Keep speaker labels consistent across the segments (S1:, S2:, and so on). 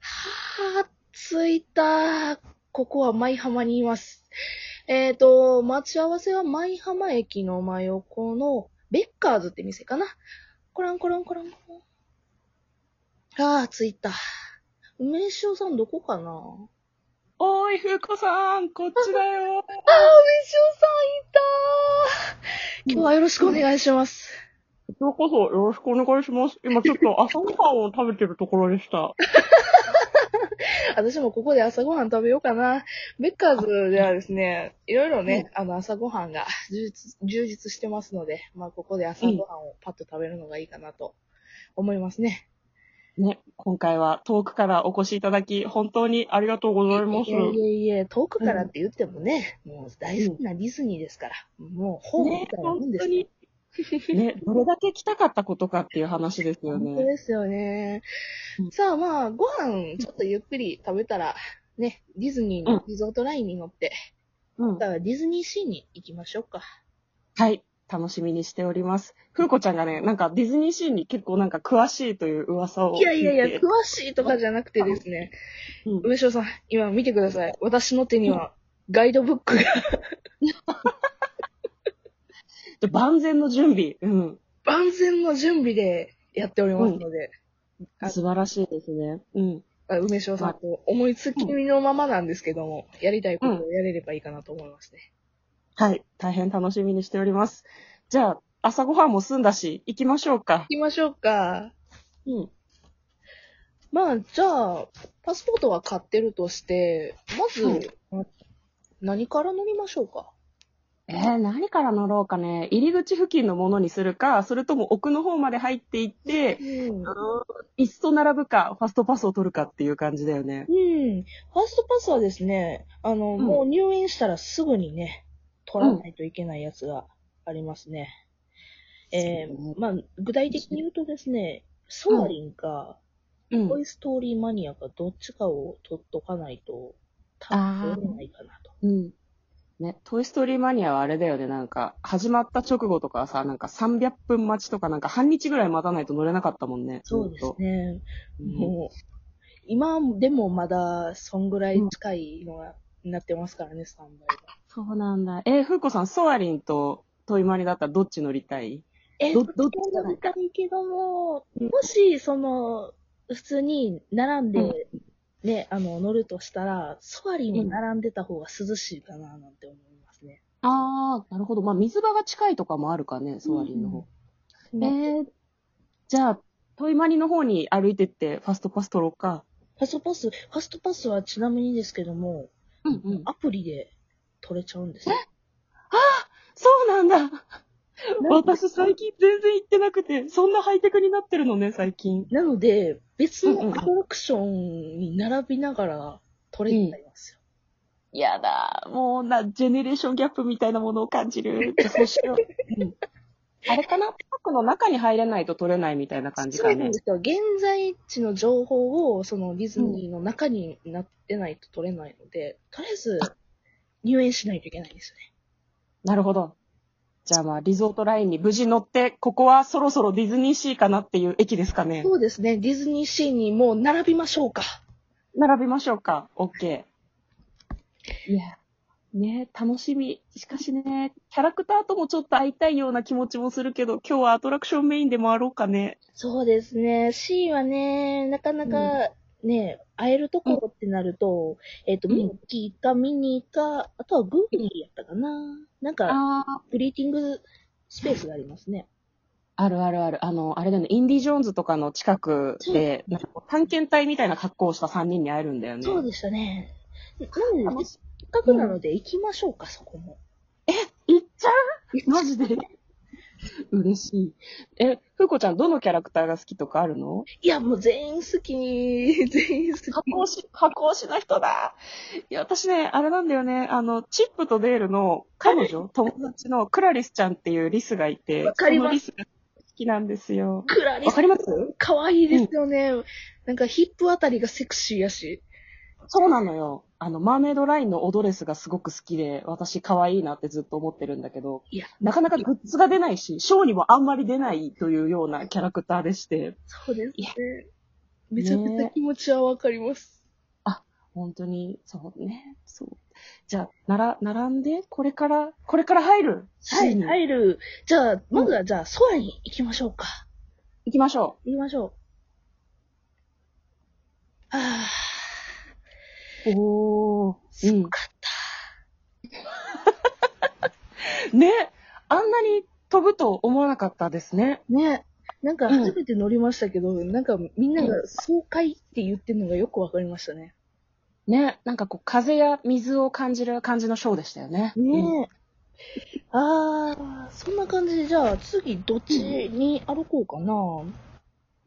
S1: あ、着いた。ここは舞浜にいます。えっ、と、待ち合わせは舞浜駅の真横の、ベッカーズって店かな。コランコロンコロンコロン。ああ、着いた。梅塩さんどこかなあ、梅塩
S2: おーい、ふうこさん、こっちだ
S1: さん
S2: よ。
S1: いた今日はよろしくお願いします。
S2: こちらこそよろしくお願いします。今ちょっと朝ごはんを食べてるところでした。
S1: 私もここで朝ごはん食べようかな。ベッカーズではですね、いろいろね、あの朝ごはんが 充実充実してますので、まあここで朝ごはんをパッと食べるのがいいかなと思いますね。
S2: ね、今回は遠くからお越しいただき、本当にありがとうございます
S1: い。やいやいや、遠くからって言ってもね、もう大好きなディズニーですから、もうホームみ
S2: ね
S1: た、いなも
S2: 本
S1: んです
S2: 当
S1: よ。
S2: に。ね、どれだけ来たかったことかっていう話ですよ
S1: 本当
S2: ね。
S1: ですよね
S2: う。ん
S1: さあまあ、ご飯ちょっとゆっくり食べたら、ね、ディズニーのリゾートラインに乗って、
S2: うん。
S1: だからディズニーシーに行きましょうか。
S2: はい。楽しみにしております。ふうこちゃんがね、なんかディズニーシーに結構なんか詳しいという噂を聞い
S1: い
S2: て。
S1: やいや いや、詳しいとかじゃなくてですね、
S2: うん
S1: 梅塩さん、今見てください。私の手にはガイドブックが
S2: で万全の準備。うん。
S1: 万全の準備でやっておりますので、あ
S2: 素晴らしいですね。うん。
S1: あ梅塩さんと思いつきのままなんですけども、やりたいことをやれればいいかなと思いますね。
S2: はい。大変楽しみにしております。じゃあ、朝ごはんも済んだし、行きましょうか。
S1: 行きましょうか。
S2: うん。
S1: まあ、じゃあ、パスポートは買ってるとして、まず、
S2: うん
S1: 何から乗りましょうか
S2: えー、何から乗ろうかね。入り口付近のものにするか、それとも奥の方まで入っていって、
S1: うん
S2: あのいっそ並ぶか、ファストパスを取るかっていう感じだよね。
S1: うん。ファーストパスはですね、あの、
S2: ん
S1: もう入院したらすぐにね、取らないといけないやつがありますね。え
S2: そうね
S1: ー、まあ、具体的に言うとですね、ソアリンか、
S2: うん
S1: トイストーリーマニアか、どっちかを取っとかないと、多分取れないかなと。
S2: うん。ね、トイストーリーマニアはあれだよね、なんか、始まった直後とかさ、なんか300分待ちとか、なんか半日ぐらい待たないと乗れなかったもんね。
S1: そうですね。
S2: うん
S1: もう、今でもまだ、そんぐらい近いのが、なってますからね、スタンバイが。
S2: そうなんだ。えー、ふうこさん、ソアリンとトイマニだったらどっち乗りたい
S1: え
S2: ど
S1: ど、どっ
S2: どっ
S1: ち
S2: ち
S1: も
S2: が
S1: 見たいけども、
S2: うん
S1: もし、その、普通に並んで、
S2: うん
S1: ね、あの、乗るとしたら、ソアリンに並んでた方が涼しいかな、なんて思いますね。
S2: ああ、なるほど。まあ、水場が近いとかもあるかね、ソアリンの方。
S1: うん。ね
S2: えー、じゃあ、トイマニの方に歩いてって、ファストパス取ろうか。
S1: ファストパス、ファストパスはちなみにですけども、
S2: うんうん。
S1: アプリで取れちゃうんですよ。
S2: そうなんだ。私、最近全然行ってなくて、そんなハイテクになってるのね、最近。
S1: なので、別
S2: うんうん
S1: のアトラクションに並びながら取れちゃいますよ。
S2: やだ。もうな、ジェネレーションギャップみたいなものを感じる。じゃあそうしよう。うんあれかなパークの中に入れないと取れないみたいな感じ
S1: そ
S2: か
S1: うなんで。
S2: ね
S1: すよ。現在地の情報を、そのディズニーの中になってないと取れないので、とりあえず入園しないといけないんですよね。
S2: なるほど。じゃあまあ、リゾートラインに無事乗って、ここはそろそろディズニーシーかなっていう駅ですかね。
S1: そうですね。ディズニーシーにもう並びましょうか。
S2: 並びましょうか。OK。いや、ね楽しみ。しかしね、キャラクターともちょっと会いたいような気持ちもするけど、今日はアトラクションメインで回ろうかね。
S1: そうですね。シーはね、なかなかね、会えるところってなると、えっ、と、
S2: うん
S1: ミッキーかミニーか、あとはグーフィーやったかな。なんか、
S2: ああ。
S1: グリーティングスペースがありますね。
S2: あるあるある。あの、あれだよね、インディ・ジョーンズとかの近くで、なんかこう探検隊みたいな格好をした3人に会えるんだよね。
S1: そうでしたね。なの
S2: 楽
S1: で、
S2: し
S1: せっかくなので行きましょうか、そこも。
S2: い。行っちゃうマジで。嬉しい。え、ふうこちゃん、どのキャラクターが好きとかあるの
S1: いや、もう全員好き、 全員好き。
S2: 加工し、 加工しな人だ。いや、私ね、あれなんだよね、あの、チップとデールの彼女、友達のクラリスちゃんっていうリスがいて、
S1: わかります
S2: そのリスが好きなんですよ。
S1: クラリ
S2: わ
S1: ス
S2: か、ります
S1: かわいいですよね。なんかヒップあたりがセクシーやし。
S2: そうなのよ。あの、マーメイドラインのオドレスがすごく好きで、私可愛いなってずっと思ってるんだけど、
S1: いや、
S2: なかなかグッズが出ないし、ショーにもあんまり出ないというようなキャラクターでして、
S1: そうです
S2: い
S1: ね
S2: や。
S1: めちゃくちゃ気持ちはわかります。
S2: 本当に、そうね。そう。じゃあ、なら、並んで、これから、これから入る
S1: は
S2: シーン
S1: い、
S2: に
S1: 入る。じゃあ、まずは、じゃあ、ソアに行きましょうか。
S2: 行きましょ
S1: 行きましょう。あ
S2: う。おー。
S1: あ、
S2: う
S1: よ
S2: ん
S1: かった。
S2: ね、あんなに飛ぶと思わなかったですね。
S1: ね。なんか
S2: うん
S1: 初めて乗りましたけど、なんかみんなが爽快って言ってるのがよくわかりましたね。
S2: ね、なんかこう、風や水を感じる感じのショーでしたよね。うん
S1: ねえ。あー、そんな感じで、じゃあ次どっちに歩こうかな。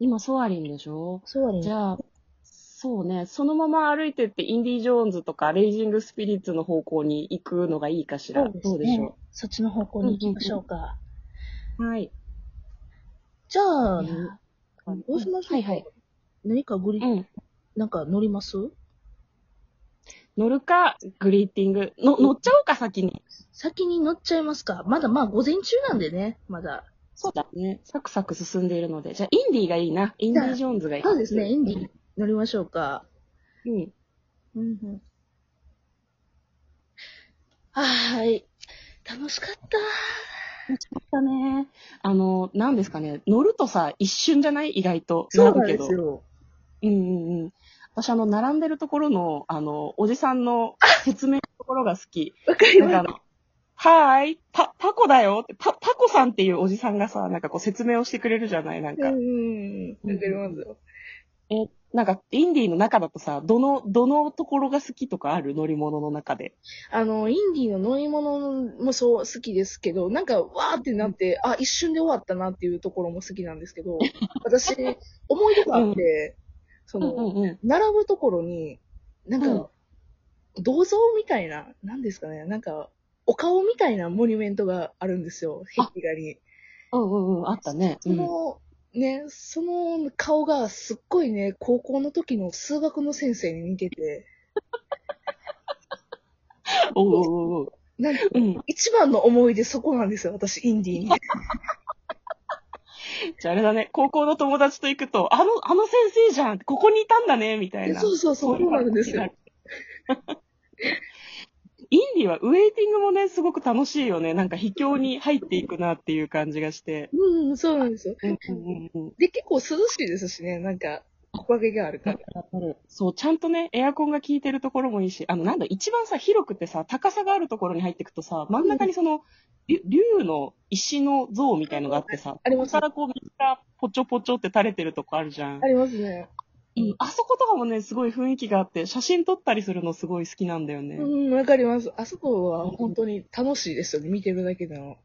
S2: 今、ソアリンでしょ
S1: そう
S2: じ
S1: ね。
S2: ゃあ、そうね、そのまま歩いてって、インディ・ジョーンズとか、レイジング・スピリッツの方向に行くのがいいかしら。どうでしょ
S1: そっちの方向に行きましょうか。
S2: う。はい。
S1: じゃあ、
S2: いや
S1: どうしましょうか、
S2: はいはい
S1: 何かグリ、
S2: うん。
S1: なんか乗ります
S2: 乗るか、グリーティング。の、乗っちゃおうか、先に。
S1: 先に乗っちゃいますかまだまあ午前中なんでね、まだ。
S2: そうだね。サクサク進んでいるので。じゃあ、インディがいいな。インディ・ジョーンズがいい。
S1: そうですね、エンディー乗りましょうか。
S2: うん。
S1: うんうん。はーい。楽しかった。
S2: だね。あの、なんですかね。乗るとさ、一瞬じゃない意外と。るけど。
S1: よ。
S2: うんうんうん。私、あの、並んでるところの、あの、おじさんの説明のところが好き。
S1: わかり
S2: なん
S1: ま
S2: か
S1: し
S2: あの、はーい、た、タコだよって、た、タコさんっていうおじさんがさ、なんかこう説明をしてくれるじゃないなん
S1: た。
S2: か。
S1: ん。わかりますよ。
S2: え、なんか、インディーの中だとさ、どの、どのところが好きとかある乗り物の中で。
S1: あの、インディーの乗り物もそう好きですけど、なんか、わーってなって、あ、一瞬で終わったなっていうところも好きなんですけ ど、私、思い出があって、その、
S2: うん。
S1: 並ぶところに、なんか、
S2: うん
S1: 銅像みたいな、なんですかね、なんか、お顔みたいなモニュメントがあるんですよ、壁画に。
S2: うんうんうん、あったね。
S1: その、ね、その顔がすっごいね、高校の時の数学の先生に似てて、
S2: おうおうおう
S1: なんか
S2: おう。うん。
S1: 一番の思い出そこなんですよ、私、インディーに。
S2: じゃああれだね、高校の友達と行くと、あの、あの先生じゃん、ここにいたんだね、みたいな。
S1: そうそうそう、そうなんですよ。。
S2: インディはウェイティングもね、すごく楽しいよね。なんか秘境に入っていくなっていう感じがして。
S1: うん、そうなんですよ。
S2: うんうんうんうん。
S1: で、結構涼しいですしね、なんか、木陰があるから。
S2: そう、ちゃんとね、エアコンが効いてるところもいいし、あの、なんだ、一番さ、広くてさ、高さがあるところに入っていくとさ、真ん中にその、りゅ竜の石の像みたいのがあってさ、
S1: あります
S2: そこからこう、水がポチョポチョって垂れてるとこあるじゃん
S1: あ。りますね。
S2: うんあそことかもね、すごい雰囲気があって、写真撮ったりするのすごい好きなんだよね。
S1: うん、わかります。あそこは本当に楽しいですよね、見てるだけでも。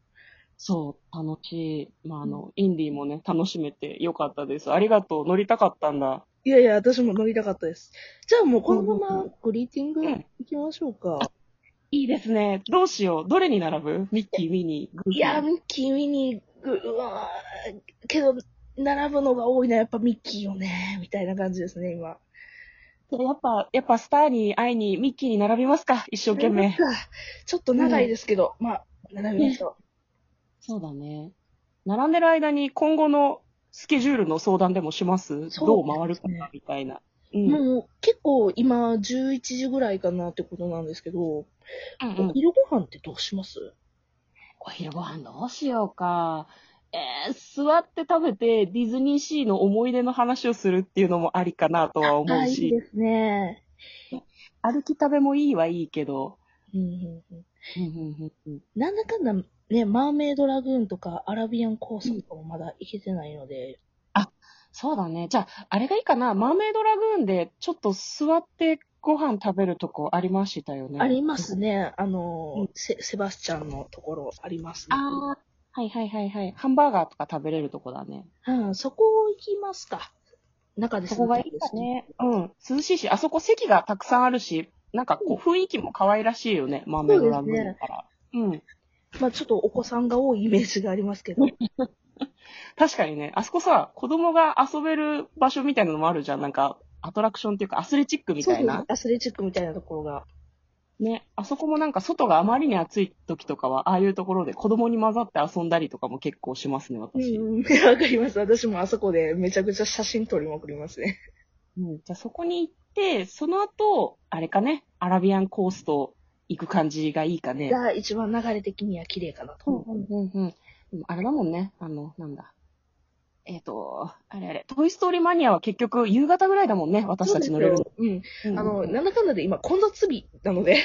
S2: そう、楽しい。まあ、あの、インディーもね、楽しめてよかったです。ありがとう。乗りたかったんだ。
S1: いやいや、私も乗りたかったです。じゃあもうこのま
S2: う
S1: ま
S2: ん
S1: グリーティング行きましょうか。
S2: いいですね。どうしよう。どれに並ぶミッキー、ミニー、グーフィー。
S1: いや、ミッキー、ミニー、ぐうわーけど、並ぶのが多いのはやっぱミッキーよね、みたいな感じですね、今。
S2: やっぱ、やっぱスターに会いにミッキーに並びますか。一生懸命。
S1: ちょっと長いですけど、まあ、並びましょ
S2: そうだね。並んでる間に今後のスケジュールの相談でもします。
S1: そう
S2: どう回るか
S1: です
S2: な、みたいな。う
S1: う。
S2: ん。うん
S1: もう結構今11時ぐらいかなってことなんですけど、
S2: うん
S1: お昼ご飯ってどうします
S2: お昼ご飯どうしようか。えー、座って食べてディズニーシーの思い出の話をするっていうのもありかなとは思
S1: あ、
S2: う
S1: いい
S2: し、
S1: ですね。
S2: 歩き食べもいいはいいけど、
S1: うんうんうん
S2: うんうんうんうん
S1: なんだかんだね、マーメイドラグーンとかアラビアンコースとかもまだ行けてないので、
S2: そうだね。じゃあ、あれがいいかな。マーメイドラグーンでちょっと座ってご飯食べるとこありましたよね。
S1: ありますね。あの、
S2: うん
S1: セセバスチャンのところありますね。
S2: ああ、はいはいはいはい。ハンバーガーとか食べれるとこだね。
S1: うん、そこ行きますか。中です
S2: そこがいいです。ね。うん。涼しいし、あそこ席がたくさんあるし、なんかこう雰囲気も可愛らしいよね。マーメイドラグーンだから。うん。
S1: まあちょっとお子さんが多いイメージがありますけど。
S2: 確かにね、あそこさ、子供が遊べる場所みたいなのもあるじゃん。なんか、アトラクションっていうか、アスレチックみたい
S1: そう
S2: な
S1: で。すアスレチックみたいなところが。
S2: ね。あそこもなんか、外があまりに暑い時とかは、ああいうところで子供に混ざって遊んだりとかも結構しますね、
S1: う
S2: 私。
S1: ん、わかります。私もあそこでめちゃくちゃ写真撮りまくりますね。
S2: うん、じゃあそこに行って、その後、あれかね、アラビアンコースト行く感じがいいかね。
S1: が一番流れ的には綺麗かなと
S2: うん
S1: 思う。
S2: うんうんうん。でもあれだもんね。あの、なんだ。えっ、と、あれあれ、トイストーリーマニアは結局夕方ぐらいだもんね、私たち乗れる
S1: そうですようん。
S2: の。
S1: あ
S2: う
S1: の、
S2: ん
S1: なんだかんだで今混雑日なので、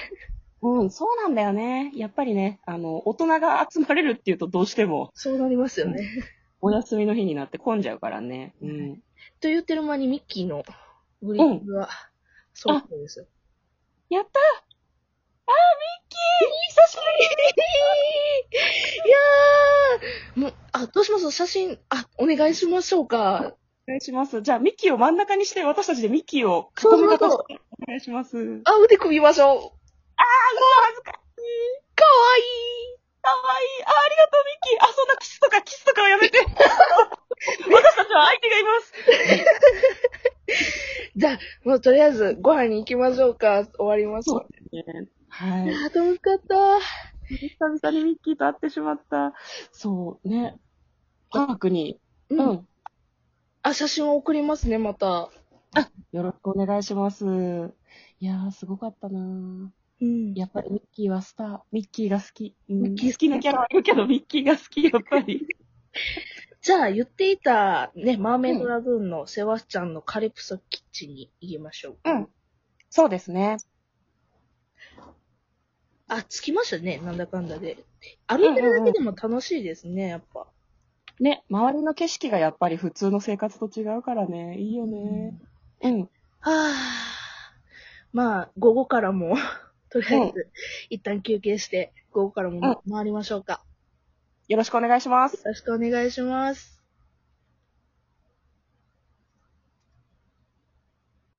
S2: うん、そうなんだよね。やっぱりね、あの、大人が集まれるっていうとどうしても、
S1: そうなりますよね。
S2: お休みの日になって混んじゃうからね。うん。
S1: と言ってる間にミッキーのグリップは、そうなんですよ。
S2: やったーあー、ミッキー久しぶ
S1: いやー、もう、あ、どうします写真、あ、お願いしましょうか。
S2: りお願いします。じゃあ、ミッキーを真ん中にして、私たちでミッキーを囲
S1: そう
S2: み
S1: そう
S2: 方
S1: そう。
S2: してお願いします。あ、もう
S1: あ、腕組みましょう。
S2: 恥ずかしい。
S1: かわい
S2: かわいい。あ、ありがとう、ミッキー。あ、そんなキスとか、キスとかは やめて。私たちは相手がいます。
S1: い。じゃあ、もうとりあえず、ご飯に行きましょうか。終わります。
S2: そうはい
S1: いや。ー、楽しかった。
S2: 久々にミッキーと会ってしまった。そう、ね。パークに。
S1: う。
S2: うんん。
S1: あ、写真を送りますね、また。
S2: よろしくお願いします。いやー、すごかったなー
S1: うん
S2: やっぱりミッキーはスター。ミッキーが好き。うん
S1: ミッキー
S2: 好きなキャラはいるけど、ミッキーが好き、やっぱり。
S1: じゃあ、言っていた、ね、マーメイドラグーンのセワちゃんのカリプソキッチンに行きましょう。
S2: うん。そうですね。
S1: あ、着きましたね、なんだかんだで。歩いてるだけでも楽しいですね、やっぱ。
S2: ね、周りの景色がやっぱり普通の生活と違うからね。いいよね。うん。
S1: はぁ。まあ、午後からも、 とりあえず、一旦休憩して、午後からも回りましょうか。
S2: よろしくお願いします。
S1: よろしくお願いします。